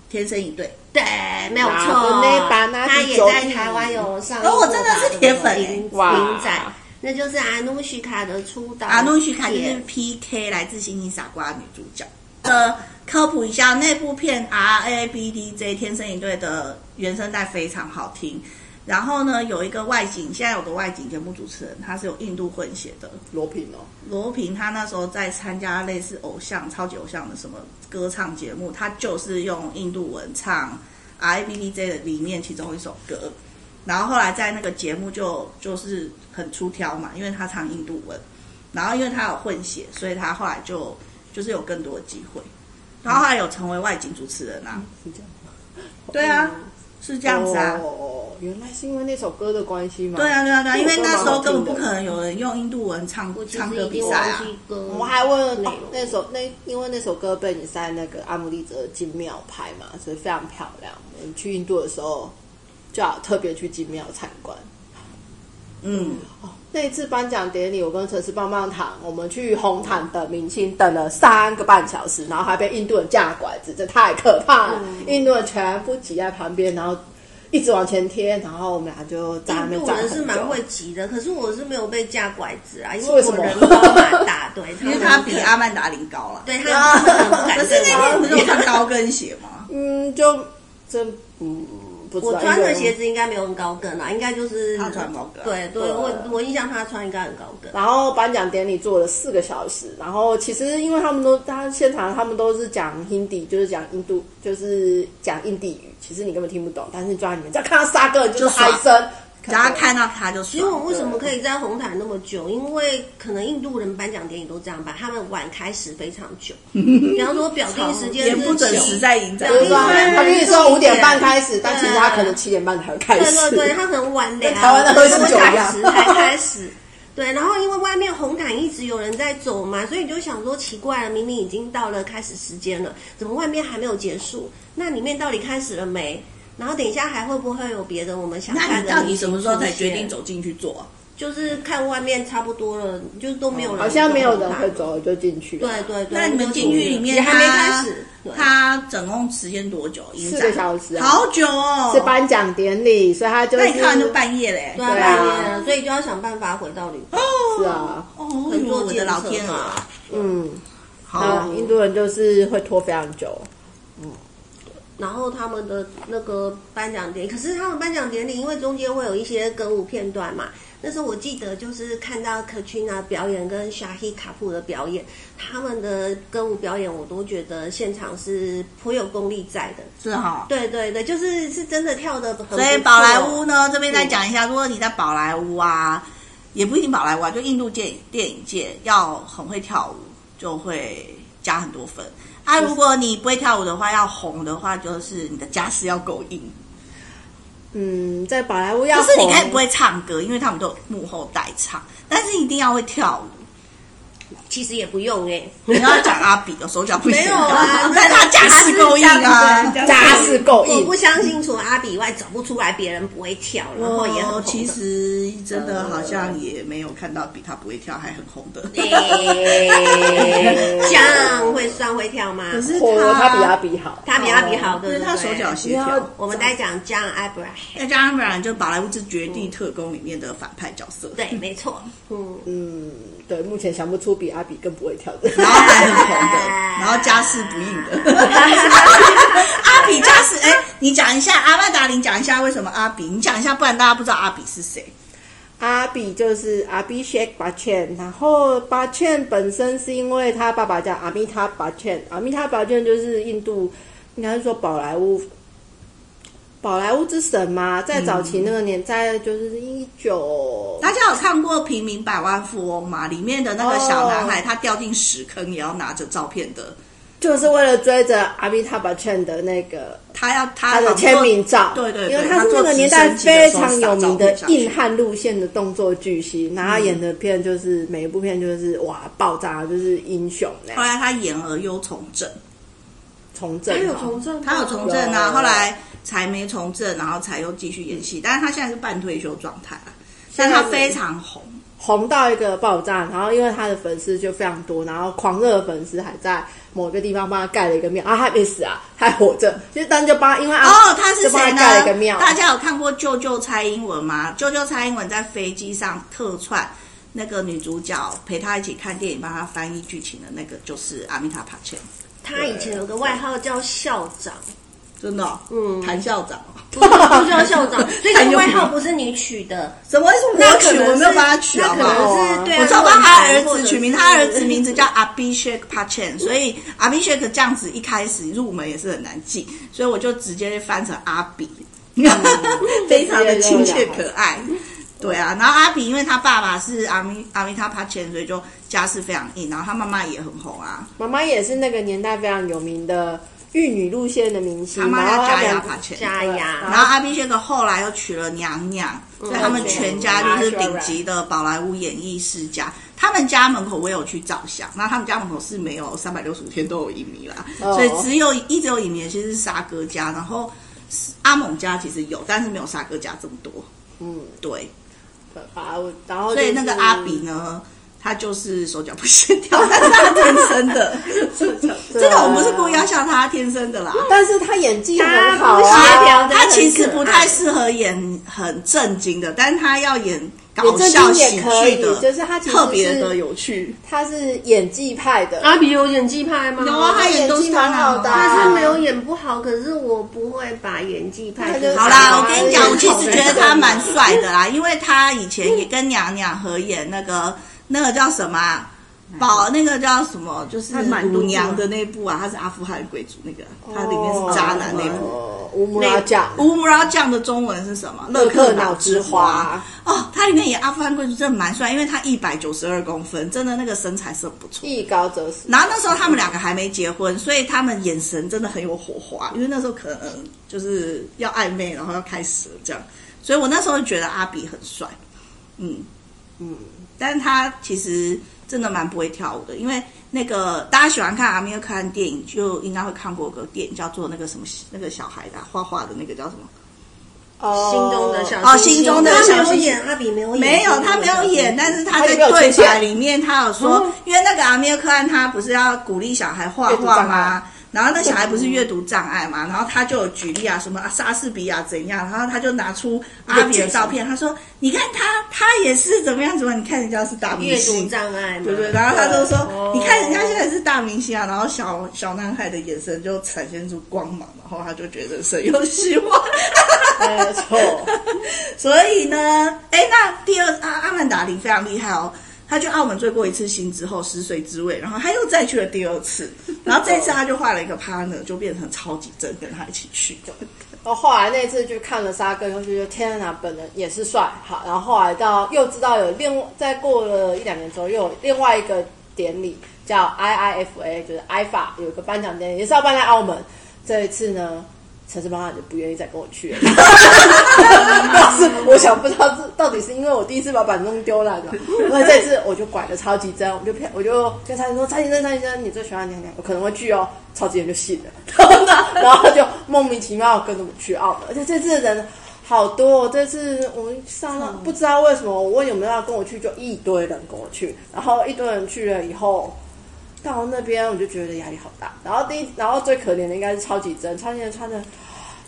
Speaker 1: 天生一对。
Speaker 2: 对，没有
Speaker 3: 哪个
Speaker 2: 错
Speaker 3: 那把那，
Speaker 2: 他
Speaker 3: 是
Speaker 2: 也
Speaker 3: 九
Speaker 2: 在
Speaker 3: 亿
Speaker 2: 台湾有上映
Speaker 1: 哦
Speaker 2: 过吧，
Speaker 1: 我真的是铁粉欸
Speaker 2: 影
Speaker 3: 哇
Speaker 2: 影展，那就是阿努许卡的出道，
Speaker 1: 阿努许卡就是 PK 来自星星傻瓜女主角。呃，科普一下，那部片 R A B D J 天生一对的原声带非常好听。然后呢，有一个外景，现在有个外景节目主持人，他是有印度混血的
Speaker 3: 罗品哦，
Speaker 1: 罗平，他那时候在参加类似偶像、超级偶像的什么歌唱节目，他就是用印度文唱 R A B D J 的里面其中一首歌。然后后来在那个节目就就是很出挑嘛，因为他唱印度文，然后因为他有混血，所以他后来就就是有更多的机会，然后后来有成为外景主持人啊，
Speaker 3: 是这样吗
Speaker 1: 对啊，是这样子啊，
Speaker 3: 哦，原来是因为那首歌的关系吗？
Speaker 1: 对啊对啊对啊，因为那时候根本不
Speaker 3: 那首歌蛮好听的
Speaker 1: 可能有人用印度文唱
Speaker 2: 我其
Speaker 1: 唱
Speaker 2: 实
Speaker 1: 歌
Speaker 2: 已
Speaker 1: 比赛
Speaker 2: 经忘
Speaker 1: 啊，
Speaker 2: 记歌，
Speaker 3: 我还问
Speaker 2: 内
Speaker 3: 了、
Speaker 2: 容
Speaker 3: 哦、那首那因为那首歌被你在那个阿姆利哲金庙拍嘛，所以非常漂亮。我们去印度的时候，就要特别去金庙参观。
Speaker 1: 嗯，
Speaker 3: 哦，那一次颁奖典礼，我跟陈氏棒棒糖，我们去红毯等明星，等了三个半小时，然后还被印度人架拐子，这太可怕了！印度人全部挤在旁边，然后一直往前贴，然后我们俩就在那
Speaker 2: 印
Speaker 3: 边
Speaker 2: 度
Speaker 3: 站
Speaker 2: 人
Speaker 3: 很
Speaker 2: 是蛮
Speaker 3: 久
Speaker 2: 会急的，可是我是没有被架拐子啊，因
Speaker 3: 为什
Speaker 2: 我
Speaker 3: 么
Speaker 2: 人高马
Speaker 1: (laughs)
Speaker 2: 大，对，
Speaker 1: 因为他比阿曼达林高了， (laughs)
Speaker 2: 对他们很不敢
Speaker 1: 可是
Speaker 2: 对
Speaker 1: 那
Speaker 2: 我
Speaker 1: 天不是有穿高跟鞋吗？
Speaker 3: 嗯，就真嗯不知道
Speaker 2: 我穿的鞋
Speaker 3: 子。
Speaker 2: 子应该没有很高跟啊，应该就是
Speaker 1: 他穿啊高跟
Speaker 2: 对对，
Speaker 3: 对
Speaker 2: 我我印象他穿应该很高跟。
Speaker 3: 然后颁奖典礼做了四个小时，然后其实因为他们都，他现场他们都是讲 Hindi，就是讲印度，就是讲印地语，其实你根本听不懂，但是就在里面，只要看到沙哥你
Speaker 1: 就
Speaker 3: 就
Speaker 1: 是
Speaker 3: 嗨
Speaker 1: 爽
Speaker 3: 声，
Speaker 1: 只要看到他就
Speaker 2: 其实我
Speaker 1: 爽。
Speaker 2: 为什么可
Speaker 1: 啊
Speaker 2: 以在红毯那么久？因为可能印度人颁奖典礼都这样吧，他们晚开始非常
Speaker 1: (laughs)
Speaker 2: 久。比方说表定时间
Speaker 1: 也
Speaker 2: 是
Speaker 1: 不准时
Speaker 2: 九，
Speaker 1: 在影展
Speaker 3: 就
Speaker 2: 对
Speaker 3: 是说
Speaker 2: 对
Speaker 1: 啊
Speaker 3: 他跟你说五点半开始，
Speaker 2: 对
Speaker 3: 但其实他可能七点半才会开
Speaker 2: 对
Speaker 3: 始。
Speaker 2: 对对，他很晚两
Speaker 3: 跟台湾的喝喜酒一样
Speaker 2: 小时才开始。 (laughs) 对，然后因为外面红毯一直有人在走嘛，所以你就想说奇怪了，明明已经到了开始时间了，怎么外面还没有结束？那里面到底开始了没？然后等一下还会不会有别的我们想
Speaker 1: 那
Speaker 2: 看
Speaker 1: 你
Speaker 2: 的？
Speaker 1: 到底什么时候才决定？走进去做、啊？
Speaker 2: 就是看外面差不多了，就是都没有
Speaker 1: 哦
Speaker 2: 人，
Speaker 3: 好像没有人会。走，我就进去了。
Speaker 2: 对对对，
Speaker 1: 那你们进去里面，啊
Speaker 2: 也还没
Speaker 1: 它
Speaker 2: 开始，对
Speaker 1: 它总共时间多久？影展
Speaker 3: 四个小时啊
Speaker 1: 好久哦。
Speaker 3: 是颁奖典礼，所以他就是
Speaker 1: 那你看完就半夜嘞、
Speaker 2: 对啊，
Speaker 3: 对
Speaker 2: 半
Speaker 3: 啊
Speaker 2: 夜了，所以就要想办法回到旅馆。
Speaker 3: 是啊，
Speaker 1: 哦，
Speaker 2: 很多
Speaker 1: 我的老天鹅！
Speaker 3: 嗯，
Speaker 1: 好
Speaker 3: 那，印度人就是会拖非常久。
Speaker 2: 然后他们的那个颁奖典礼，可是他们颁奖典礼，因为中间会有一些歌舞片段嘛。那时候我记得就是看到 Katrina 表演跟 Shahi 卡普的表演，他们的歌舞表演我都觉得现场是颇有功力在的。
Speaker 1: 是哈、
Speaker 2: 对对对，就是是真的跳的很不错。
Speaker 1: 所以宝莱坞呢，这边再讲一下，如果你在宝莱坞啊，也不一定宝莱坞啊，就印度电影电影界要很会跳舞，就会加很多分。啊，如果你不会跳舞的话，要红的话，就是你的家世要够硬。
Speaker 3: 嗯，在宝莱坞要
Speaker 1: 就是你
Speaker 3: 红
Speaker 1: 可以不会唱歌，因为他们都有幕后代唱，但是一定要会跳舞。
Speaker 2: 其实也不用哎、
Speaker 1: 你要讲阿比的手脚不行，
Speaker 2: (laughs) 没有啊
Speaker 1: 但他家世够硬啊。
Speaker 3: 家
Speaker 2: 哦
Speaker 3: 世够
Speaker 2: 我
Speaker 3: 硬
Speaker 2: 不，相信除了阿比以外，找不出来别人不会跳，然后也很红
Speaker 1: 哦
Speaker 2: 的。 (laughs)
Speaker 1: 其实真的好像也没有看到比他不会跳还很红的。
Speaker 2: 欸这样会算会跳吗？
Speaker 1: 可是
Speaker 3: 我他比阿
Speaker 1: 他，
Speaker 3: 比好。
Speaker 2: 他比阿比好，
Speaker 1: 因
Speaker 2: 对
Speaker 1: 为
Speaker 2: 不对？
Speaker 1: 他手脚协
Speaker 3: 你
Speaker 1: 调
Speaker 3: 要，
Speaker 2: 我们在讲江 Abraham，
Speaker 1: 再加上不然就宝莱坞是《绝地特工》里面的反派角色，
Speaker 2: 对，没错，嗯，
Speaker 3: 嗯，对，目前想不出比阿比更不会跳的。 (laughs)
Speaker 1: 然后还很红的，然后家世不硬的。阿比家世，哎，你讲一下阿曼达林，讲一下为什么阿比，你讲一下，不然大家不知道阿比是谁。
Speaker 3: 阿比就是阿比 Shake 巴茜，然后巴茜本身是因为他爸爸叫阿米塔巴茜，阿米塔巴茜就是印度应该是说宝莱坞宝莱坞之神嘛，在早期那个年代就是一九、
Speaker 1: 大家有看过《平民百万富翁》吗？里面的那个小男
Speaker 3: 哦
Speaker 1: 孩，他掉进屎坑也要拿着照片的，
Speaker 3: 就是为了追着阿米塔巴茜的那个
Speaker 1: 他要他
Speaker 3: 他的
Speaker 1: 好像
Speaker 3: 签名照，
Speaker 1: 对对对，
Speaker 3: 因为
Speaker 1: 他
Speaker 3: 是那
Speaker 1: 坐
Speaker 3: 个
Speaker 1: 直
Speaker 3: 年代
Speaker 1: 升机的
Speaker 3: 非
Speaker 1: 时候
Speaker 3: 常有
Speaker 1: 撒
Speaker 3: 名
Speaker 1: 照
Speaker 3: 的
Speaker 1: 片上嗯去
Speaker 3: 硬汉路线的动作巨星，然后他演的片就是每一部片就是哇爆炸，就是英雄那
Speaker 1: 后
Speaker 3: 样
Speaker 1: 来他演而优从政，
Speaker 3: 从
Speaker 2: 他
Speaker 3: 政
Speaker 2: 有
Speaker 3: 哦
Speaker 2: 从政，
Speaker 1: 啊他有从政啊，
Speaker 3: 有
Speaker 1: 后来才没从政，然后才又继续演戏，但是他现在是半退休状态啊，但他非常红，
Speaker 3: 红到一个爆炸，然后因为他的粉丝就非常多，然后狂热的粉丝还在某个地方帮他盖了一个庙啊，他还没死啊，还活着，其实当时就帮他因为啊
Speaker 1: 哦，他是
Speaker 3: 就帮
Speaker 1: 谁呢
Speaker 3: 他盖了一个？庙，
Speaker 1: 大家有看过《救救蔡英文》吗？《救救蔡英文》在飞机上客串那个女主角，陪她一起看电影，帮她翻译剧情的那个，就是阿米塔帕切，
Speaker 2: 他以前有个外号叫校长，
Speaker 1: 真的、哦，嗯，谭校长哦，
Speaker 2: 不是不叫校长，所以这
Speaker 1: 很
Speaker 2: 个
Speaker 1: 有
Speaker 2: 外
Speaker 1: 名
Speaker 2: 号不是你取的，
Speaker 1: 怎么是
Speaker 2: 那
Speaker 1: 我
Speaker 2: 可
Speaker 1: 取？
Speaker 2: 能
Speaker 1: 我没有
Speaker 2: 是
Speaker 1: 帮他取，
Speaker 2: 那
Speaker 1: 好
Speaker 2: 可
Speaker 1: 不好？
Speaker 2: 能是对啊，
Speaker 1: 我照帮他儿
Speaker 2: 或
Speaker 1: 子
Speaker 2: 者
Speaker 1: 取名，
Speaker 2: 是
Speaker 1: 他儿子名字叫 Abhishek Pachen，所以 Abhishek 这样子一开始入门也是很难记，所以我就直接翻成阿比，
Speaker 2: 嗯
Speaker 1: (laughs) 非常的亲切可爱。对啊，然后阿比因为他爸爸是阿米阿米塔帕钱，所以就家世非常硬，然后他妈妈也很红啊，
Speaker 3: 妈妈也是那个年代非常有名的玉女路线的明星
Speaker 1: 他，妈
Speaker 3: 然
Speaker 1: 叫
Speaker 3: 后她
Speaker 1: 加雅
Speaker 3: 两
Speaker 1: 帕钱，
Speaker 2: 加
Speaker 1: 啊然
Speaker 2: 牙，
Speaker 1: 后阿比谢克后来又娶了娘娘，所以他们全家就是顶级的宝莱坞演艺世家。他们家门口我有去照相，那他们家门口是没有三百六十五天都有影迷啦，
Speaker 3: 哦
Speaker 1: 所以只有一直有影迷，其实是沙哥家，然后阿猛家其实有，但是没有沙哥家这么多。
Speaker 3: 嗯，
Speaker 1: 对，
Speaker 3: 可怕我然后、
Speaker 1: 所以那个阿比。呢，他就是手脚不协调，但是他天生的。这个我不是故意要笑他，他天生的啦。
Speaker 3: 但是他演技很好
Speaker 2: 她不协
Speaker 3: 啊，
Speaker 2: 调真的
Speaker 1: 他
Speaker 2: 很
Speaker 1: 其实
Speaker 2: 可
Speaker 1: 不
Speaker 2: 爱
Speaker 1: 太适合演很正经的，但是他要演搞
Speaker 3: 演正
Speaker 1: 笑
Speaker 3: 经
Speaker 1: 喜
Speaker 3: 也可
Speaker 1: 剧
Speaker 3: 以，
Speaker 1: 的，
Speaker 3: 就是他其实
Speaker 1: 特别的
Speaker 3: 是
Speaker 1: 有趣。
Speaker 3: 他是演技派的，
Speaker 2: 阿比有演技派吗？
Speaker 1: 有啊，他演都是他
Speaker 3: 蛮好的啊
Speaker 2: 但是没有演不好，可是我不会把演技派出来。
Speaker 1: 好啦，我
Speaker 3: 他
Speaker 1: 跟你
Speaker 3: 演
Speaker 1: 讲，我
Speaker 3: 丑
Speaker 1: 其实
Speaker 3: 的
Speaker 1: 觉得他蛮帅的啦，因为他以前也跟娘娘合演那个那个叫什么啊宝，那个叫什么，就是
Speaker 4: 他满
Speaker 1: 乳
Speaker 4: 肚子
Speaker 1: 娘
Speaker 4: 啊
Speaker 1: 的那部啊，他是阿富汗贵族那个，他里面是渣男那欸部。
Speaker 3: 哦，乌木拉酱，
Speaker 1: 乌姆拉酱的中文是什么？
Speaker 3: 勒克脑之花
Speaker 1: 哦，他里面演阿富汗贵族真的蛮帅，因为他一百九十二公分，真的那个身材是很不错。
Speaker 3: 艺高则死。
Speaker 1: 然后那时候他们两个还没结婚，所以他们眼神真的很有火花，因为那时候可能就是要暧昧，然后要开始了这样。所以我那时候觉得阿比很帅，嗯
Speaker 3: 嗯，
Speaker 1: 但是他其实真的蛮不会跳舞的，因为那个大家喜欢看阿米尔看电影，就应该会看过个电影叫做那个什么那个小孩的啊画画的那个叫什么？
Speaker 3: 哦
Speaker 2: 心中的小
Speaker 1: 哦心中的小
Speaker 2: 他没有
Speaker 1: 星星
Speaker 2: 演阿比，没有演，
Speaker 1: 没有，他没有
Speaker 2: 嗯
Speaker 1: 演，但是他在
Speaker 3: 他有没有
Speaker 1: 对
Speaker 3: 出现
Speaker 1: 白里面，他有说，因为那个阿米尔克汗他不是要鼓励小孩画
Speaker 3: 阅读
Speaker 1: 画
Speaker 3: 障
Speaker 1: 吗
Speaker 3: 碍？
Speaker 1: 然后那小孩不是阅读障碍嘛，然后他就有举例啊，什么啊莎士比亚怎样，然后他就拿出阿比的照片，他说：“你看他，他也是怎么样怎么样，你看人家是大明
Speaker 2: 阅读
Speaker 1: 星，
Speaker 2: 障碍嘛，
Speaker 1: 对不对？”然后他就说：“
Speaker 2: 哦
Speaker 1: 你看人家现在是大明星啊。”然后小小男孩的眼神就产生出光芒，然后他就觉得神有希望。
Speaker 3: (laughs)
Speaker 1: (laughs)
Speaker 3: 没有错，
Speaker 1: 所以呢，哎，那第二阿阿曼达林非常厉害哦，他去澳门追过一次星之后，食髓知味，然后他又再去了第二
Speaker 3: (laughs)
Speaker 1: 次，然后这次他就换了一个 partner，就变成超级正跟他一起去的。
Speaker 3: 然后后来那次去看了沙哥，后就觉得天哪，本人也是帅。好，然后后来到又知道有另再过了一两年之后，又有另外一个典礼叫 IIFA，就是 IFA 有一个颁奖典礼，也是要办在澳门。这一次呢，陈志邦就不愿意再跟我去了。但是我想不知道这到底是因为我第一次把板弄丢烂了，那这次我就拐的超级真，我就骗我就跟蔡先生说蔡先生蔡先生你最喜欢娘娘，我可能会去哦，超级人就信了，然后呢，然后就莫名其妙跟着我去澳门，而且这次的人。好多、哦，这次我们上了，不知道为什么，我问有没有要跟我去，就一堆人跟我去，然后一堆人去了以后，到那边我就觉得压力好大。然后第一，然后最可怜的应该是超级真，超级真穿的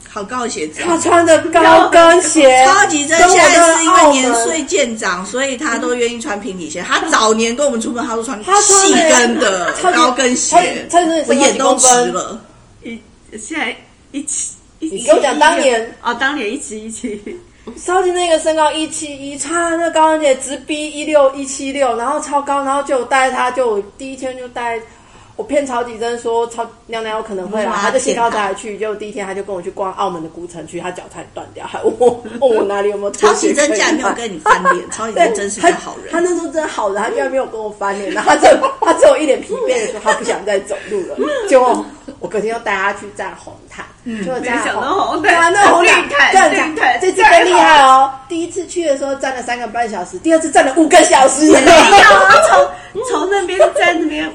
Speaker 1: 好高的鞋子、
Speaker 3: 他
Speaker 1: 啊。
Speaker 3: 穿的高跟鞋，
Speaker 1: 超级真
Speaker 3: 跟我
Speaker 1: 现在是因为
Speaker 3: 的
Speaker 1: 年
Speaker 3: 澳门
Speaker 1: 岁渐长，所以他都愿意穿平底鞋。他早年跟我们出门，他都穿
Speaker 3: 他穿
Speaker 1: 细
Speaker 3: 的
Speaker 1: 跟的
Speaker 3: 超级
Speaker 1: 高跟鞋
Speaker 3: 超级真的，是
Speaker 1: 我眼都
Speaker 3: 高跟
Speaker 1: 直了。
Speaker 4: 一现在一起一起，
Speaker 3: 你跟我讲当年
Speaker 4: 哦，当年一起一起，
Speaker 3: 烧进那个身高一七一，差那高跟鞋直逼一六一七六，然后超高，然后就带他就我第一天就带我骗曹吉珍说超娘娘有可能会来，
Speaker 1: 哇
Speaker 3: 他就兴高
Speaker 1: 天
Speaker 3: 采
Speaker 1: 哪
Speaker 3: 烈去，结果第一天他就跟我去逛澳门的古城区，他脚差点断掉，还问我问我哪里有没有
Speaker 1: 超
Speaker 3: 拖
Speaker 1: 级
Speaker 3: 鞋
Speaker 1: 真
Speaker 3: 可以
Speaker 1: 竟然没有
Speaker 3: 买
Speaker 1: 跟你
Speaker 3: (laughs)
Speaker 1: 翻脸，超级
Speaker 3: 对
Speaker 1: 真真是个好人。
Speaker 3: 他。他那时候真的好人，他居然没有跟我翻脸，然后他只有他只有一脸疲惫的说他不想再走路了。结果我隔天要带他去站红毯，结果站
Speaker 4: 没想
Speaker 3: 红
Speaker 4: 到红毯
Speaker 3: 对啊，那红
Speaker 4: 绿毯
Speaker 3: 这样
Speaker 4: 绿毯
Speaker 3: 讲，这次更厉害哦。第一次去的时候站了三个半小时，第二次站了五个小时。
Speaker 4: 没有， (laughs) 啊，从从那边站那边，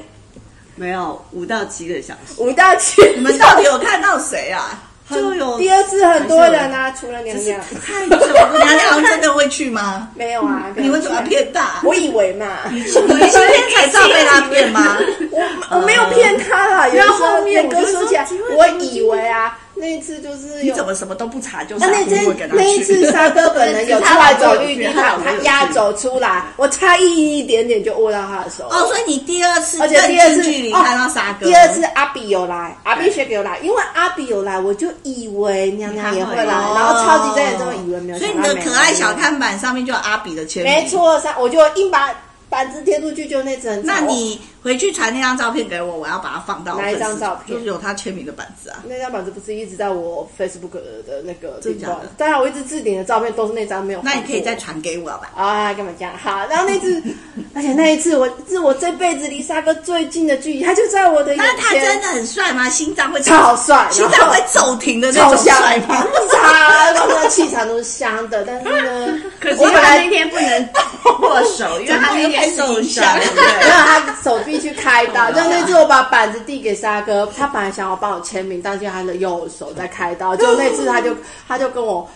Speaker 4: 没有五到七个小时，
Speaker 3: 五到七，
Speaker 1: 你们到底有看到谁啊？
Speaker 4: 就有
Speaker 3: 第二次很多人啊，除了娘
Speaker 1: 只是
Speaker 3: 娘
Speaker 1: 太久了，娘娘真的会去吗？
Speaker 3: 没有啊，
Speaker 1: 你为什么要骗大？
Speaker 3: 我以为嘛，
Speaker 1: 你今天才知道被他骗吗？
Speaker 3: 我我没有骗他啦，有
Speaker 4: 嗯然
Speaker 3: 时
Speaker 4: 后
Speaker 3: 候
Speaker 4: 后面
Speaker 3: 我哥
Speaker 4: 我就
Speaker 3: 说
Speaker 4: 说
Speaker 3: 起来
Speaker 4: 奇，怪
Speaker 3: 我
Speaker 4: 怎么
Speaker 3: 以为啊，那一次就是
Speaker 1: 你
Speaker 3: 有
Speaker 1: 怎么什么都不查就
Speaker 3: 那
Speaker 1: 傻
Speaker 3: 那
Speaker 1: 乎乎地
Speaker 3: 次
Speaker 1: 跟他
Speaker 3: 那一
Speaker 1: 去？
Speaker 3: 次沙哥本
Speaker 4: (laughs)
Speaker 3: 人有出来走绿地毯，他
Speaker 4: 他有去
Speaker 3: 压轴出来，我差一一点点就握到他的手。
Speaker 1: 嗯哦，所以你第二次
Speaker 3: 而
Speaker 1: 更
Speaker 3: 且第二次哦
Speaker 1: 近距离看到沙哥，
Speaker 3: 第二次阿比有来，阿比学有来，因为阿比有来，我就以为娘娘也会来，
Speaker 4: 哦
Speaker 3: 然后超级真人都以为没有
Speaker 1: 所以
Speaker 3: 想
Speaker 1: 你
Speaker 3: 到没有，
Speaker 1: 的可爱小看板上面就有阿比的签名。
Speaker 3: 没。错，上我就硬把板子贴出去，就那整张。
Speaker 1: 那你回去传那张照片给我，我要把它放到我
Speaker 3: 哪一张
Speaker 1: 粉丝
Speaker 3: 照片
Speaker 1: 就是有他签名的板子啊。
Speaker 3: 那张板子不是一直在我 Facebook 的那个
Speaker 1: 真
Speaker 3: 地
Speaker 1: 的假
Speaker 3: 方
Speaker 1: 的？
Speaker 3: 当然，我一直置顶的照片都是那张没有放
Speaker 1: 那
Speaker 3: 过。
Speaker 1: 你可以再传给我吧。
Speaker 3: 啊，干嘛这样？好，然后那
Speaker 1: (laughs)
Speaker 3: 次，而且那一次我是我这辈子离沙哥最近的距离，他就在我的眼前，
Speaker 1: 啊那他真的很帅吗？心脏会
Speaker 3: 超帅，
Speaker 1: 心
Speaker 3: 然
Speaker 1: 脏
Speaker 3: 后
Speaker 1: 会骤停的那
Speaker 3: 超
Speaker 1: 种
Speaker 3: 香
Speaker 1: 帅
Speaker 3: (laughs)
Speaker 1: 吗？，
Speaker 3: 超，然后那气场都是香的，但是呢，
Speaker 4: 可是
Speaker 3: 我本
Speaker 4: 他
Speaker 3: 来
Speaker 4: 那天不能握 (laughs) 手，因为他那天
Speaker 1: 怎么又开始
Speaker 4: 受伤 (laughs)
Speaker 1: 影响了
Speaker 4: 了。
Speaker 3: 没有，他手臂去开刀。就那次我把板子递给沙哥，他本来想要帮我签名，但是他的右手在开刀。就那次他就他就跟我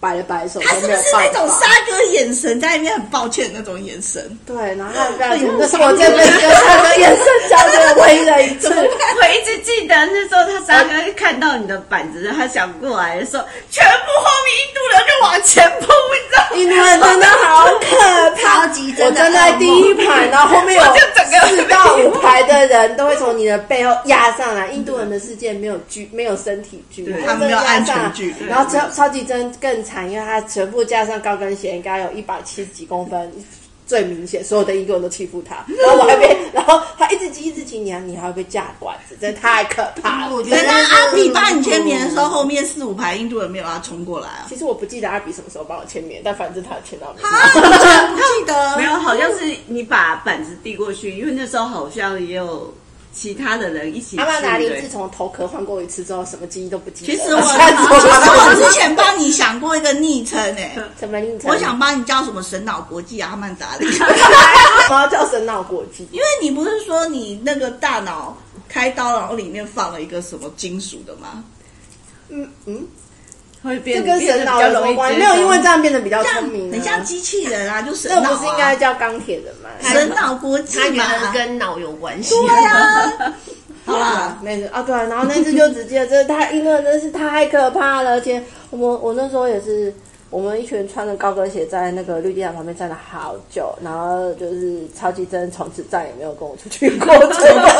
Speaker 3: 摆了摆手，
Speaker 1: 他是
Speaker 3: 说
Speaker 1: 不
Speaker 3: 没有
Speaker 1: 是
Speaker 3: 办
Speaker 1: 那种
Speaker 3: 法
Speaker 1: 沙哥眼神在那边很抱歉的那种眼神？
Speaker 3: 对，然后他就
Speaker 1: 哎
Speaker 3: 跟他说那是我这辈子跟沙哥眼神交流唯一的一次。
Speaker 4: 我一直记得那时候他三哥看到你的板子，他想过来的时候，全部后面印度人就往前扑，你知道吗？
Speaker 3: 印度人真的好可怕，
Speaker 1: 超级
Speaker 3: 我
Speaker 1: 真的
Speaker 3: 站在第一排，然后后面有
Speaker 4: 我就整个
Speaker 3: 四到五排的人都会从你的背后压上来。印度人的世界没有距，没有身体距离，
Speaker 1: 嗯对
Speaker 3: 们
Speaker 1: 他们没有安全距
Speaker 3: 距
Speaker 1: 离
Speaker 3: 然后超超级真更惨，因为他全部加上高跟鞋，应该有一百七十几公分。最明显，所有的英国人都欺负
Speaker 1: (laughs)
Speaker 3: 他，然后我还被，然后他一直挤一直挤，你还你还会被架管子，真的太可怕了。
Speaker 1: 等到阿比帮你签名的时候，后面四五排印度人没有要冲过来
Speaker 3: (laughs)
Speaker 1: 啊？
Speaker 3: 其实我不记得阿比什么时候帮我签名，但反正他有签到名。
Speaker 1: 啊，你真不记得？
Speaker 4: 没有，好像是你把板子递过去，因为那时候好像也有其他的人一起去。
Speaker 3: 阿曼达
Speaker 4: 对
Speaker 3: 林
Speaker 4: 不对
Speaker 3: 自从头壳换过一次之后，什么记忆都不记得
Speaker 1: 其
Speaker 3: 了。
Speaker 1: 实我，其
Speaker 3: 吓死
Speaker 1: 实我之前帮你想过一个昵称诶，
Speaker 3: 什么凌晨？
Speaker 1: 我想帮你叫什么神脑国际啊阿曼达林，
Speaker 3: (laughs) 我要叫神脑国际，
Speaker 1: 因为你不是说你那个大脑开刀，然后里面放了一个什么金属的吗？
Speaker 3: 嗯嗯，
Speaker 4: 会变
Speaker 3: 这跟神脑有什么关系？没有，因为这样变得比较聪
Speaker 1: 像
Speaker 3: 明啊。
Speaker 1: 很像机器人啊，就神
Speaker 3: 这
Speaker 1: 脑
Speaker 3: 不
Speaker 1: 啊
Speaker 3: 是应该叫钢铁人吗？
Speaker 1: 神脑国际
Speaker 2: 他觉
Speaker 1: 嘛？
Speaker 2: 得跟脑有关系。
Speaker 1: 对啊，
Speaker 3: (laughs)
Speaker 1: 好啦
Speaker 3: 啊，，那次啊，对啊，然后那次就直接，真的太英文真是太可怕了，而且我们我那时候也是，我们一群穿着高跟鞋在那个绿地毯旁边站了好久，然后就是超级真从此再也没有跟我出去过，真的。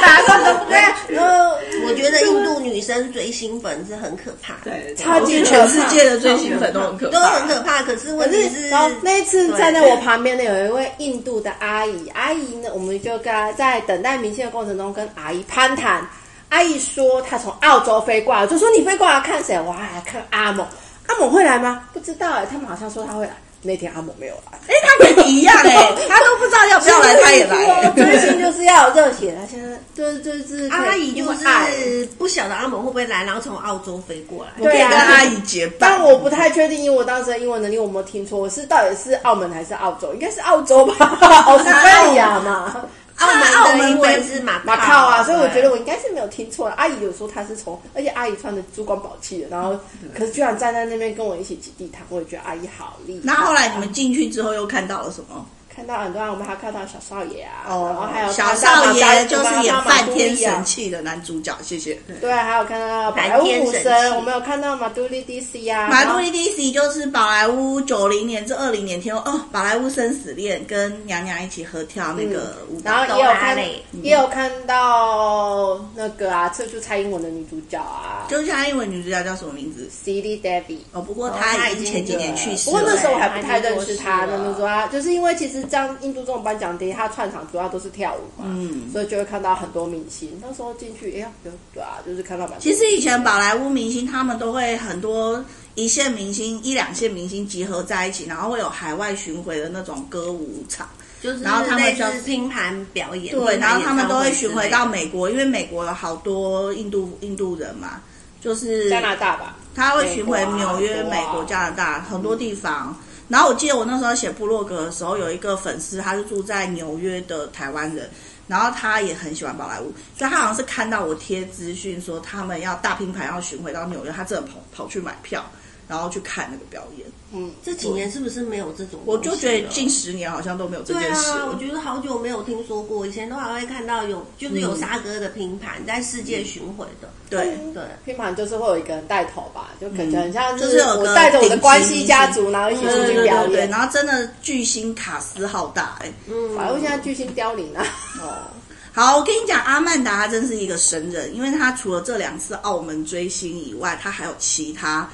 Speaker 4: 打算都不对，
Speaker 3: 然后
Speaker 2: 呃我觉得印度女生追星粉是很可怕，
Speaker 4: 对，
Speaker 3: 超级
Speaker 1: 其实全世界的追星粉都很可
Speaker 2: 都
Speaker 1: 怕，
Speaker 2: 很可怕。可是
Speaker 3: 可
Speaker 2: 问题
Speaker 3: 是，
Speaker 2: 是，
Speaker 3: 然后那一次站在我旁边的有一位印度的阿姨，阿姨呢，我们就跟她在等待明星的过程中跟阿姨攀谈。阿姨说她从澳洲飞过来，我就说你飞过来看谁？哇，看阿猛，阿猛会来吗？不知道哎、他们好像说他会来，那天阿猛没有来。
Speaker 1: (laughs) 哎，他跟你一
Speaker 3: (laughs)
Speaker 1: 样哎，他都不知道要不要来，他也来
Speaker 3: 所以说追星就是要有热血，他现在就是就是
Speaker 2: 阿姨就
Speaker 3: 因为爱
Speaker 2: 是不晓得阿蒙会不会来，然后从澳洲飞过来。
Speaker 1: 我可以
Speaker 3: 对啊
Speaker 1: 跟阿姨结伴
Speaker 3: 但。我不太确定，因为我当时的英文能力我有没有听错，我是到底是澳门还是澳洲？应该是澳洲吧，澳大利亚嘛，
Speaker 2: 澳
Speaker 1: 澳
Speaker 2: 门的
Speaker 1: 门
Speaker 2: 英
Speaker 1: 飞
Speaker 2: 文是马
Speaker 3: 马靠啊，所以我
Speaker 2: 对
Speaker 3: 觉得我应该是没有听错了。阿姨有说她是从，而且阿姨穿的珠光宝气的，然后可是居然站在那边跟我一起挤地毯，我也觉得阿姨好厉害。
Speaker 1: 那后来你们进去之后又看到了什么？
Speaker 3: 看到很多，我们还看到小少爷啊，
Speaker 1: 哦
Speaker 3: 然后还有
Speaker 1: 小
Speaker 3: 看到
Speaker 1: 少
Speaker 3: 马达
Speaker 1: 爷就是演
Speaker 3: 马达
Speaker 1: 梵
Speaker 3: 马
Speaker 1: 天
Speaker 3: 杜利啊
Speaker 1: 神器的男主角，谢谢。
Speaker 3: 对，还有看到白
Speaker 2: 白天
Speaker 3: 雾
Speaker 2: 神
Speaker 3: 神，
Speaker 2: 器
Speaker 3: 我们有看到马杜利 DC 啊，
Speaker 1: 马
Speaker 3: 然
Speaker 1: 杜
Speaker 3: 后
Speaker 1: 利 DC 就是宝莱坞九零年至二零年天后哦，宝莱坞生死恋跟
Speaker 3: 嗯
Speaker 1: 娘娘一起合跳那个舞蹈
Speaker 3: 然后也有看
Speaker 2: 哆啦 A，
Speaker 3: 也有看到那个啊，这就蔡英文的女主角啊
Speaker 1: 就是像英文女主角叫什么名字？
Speaker 3: ，Celie Davis。
Speaker 1: 哦，不过
Speaker 2: 哦
Speaker 1: 她
Speaker 2: 她
Speaker 1: 已经
Speaker 2: 已经
Speaker 1: 前几年
Speaker 3: 对
Speaker 1: 去世
Speaker 3: 不过
Speaker 1: 了。哎
Speaker 3: 那时候我还
Speaker 2: 对
Speaker 3: 不太认识他，
Speaker 2: 她已
Speaker 3: 那
Speaker 2: 经过世了
Speaker 3: 时候他就是因为其实这样印度这种颁奖典礼，他串场主要都是跳舞嘛，
Speaker 1: 嗯
Speaker 3: 所以就会看到很多明星。那时候进去，哎呀，有对啊，就是看到蛮多
Speaker 1: 其实以前宝莱坞明星他们都会很多一线明星、一两线明星集合在一起，然后会有海外巡回的那种歌舞场。
Speaker 2: 就是
Speaker 1: 然后他们
Speaker 2: 类
Speaker 1: 就
Speaker 2: 似拼盘表演，
Speaker 1: 对，
Speaker 2: 拼盘
Speaker 1: 然后他们
Speaker 2: 演唱
Speaker 1: 都会
Speaker 2: 之
Speaker 1: 巡
Speaker 2: 类
Speaker 1: 回
Speaker 2: 的
Speaker 1: 到美国，因为美国有好多印度印度人嘛，就是
Speaker 3: 加拿大吧，
Speaker 1: 他会巡回
Speaker 3: 美国啊
Speaker 1: 纽约、
Speaker 3: 美国啊
Speaker 1: 美国、加拿大很多地方。然后我记得我那时候写部落格的时候，有一个粉丝，他是住在纽约的台湾人，然后他也很喜欢宝莱坞，所以他好像是看到我贴资讯说他们要大拼盘要巡回到纽约，他真的跑跑去买票，然后去看那个表演。
Speaker 3: 嗯，
Speaker 2: 这几哦年是不是没有这种东西了？
Speaker 1: 我就觉得近十年好像都没有这
Speaker 2: 对
Speaker 1: 件事
Speaker 2: 啊，
Speaker 1: 了
Speaker 2: 我觉得好久没有听说过，以前都还会看到有就是有沙哥的拼盘在世界巡回的，
Speaker 1: 嗯对，
Speaker 2: 对，
Speaker 3: 拼盘就是会有一个人带头吧，就感觉很像
Speaker 1: 嗯就是
Speaker 3: 是
Speaker 1: 有个
Speaker 3: 我带着我的关
Speaker 1: 顶级嗯
Speaker 3: 系家族，然后一起
Speaker 1: 对
Speaker 3: 出
Speaker 1: 对
Speaker 3: 去
Speaker 1: 对
Speaker 3: 表
Speaker 1: 对对，
Speaker 3: 演。
Speaker 1: 然后真的巨星卡斯浩大哎、
Speaker 2: 嗯，
Speaker 3: 反正现在巨星凋零啊，
Speaker 1: 哦，好，我跟你讲，阿曼达她真是一个神人，因为她除了这两次澳门追星以外，她还有其他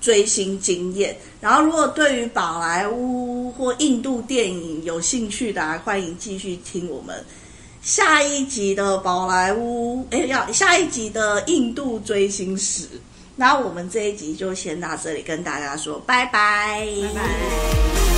Speaker 1: 追星经验。然后，如果对于宝莱坞或印度电影有兴趣的、啊，欢迎继续听我们下一集的宝莱坞，哎，要下一集的印度追星史。那我们这一集就先到这里，跟大家说拜拜，拜拜。
Speaker 2: 拜拜。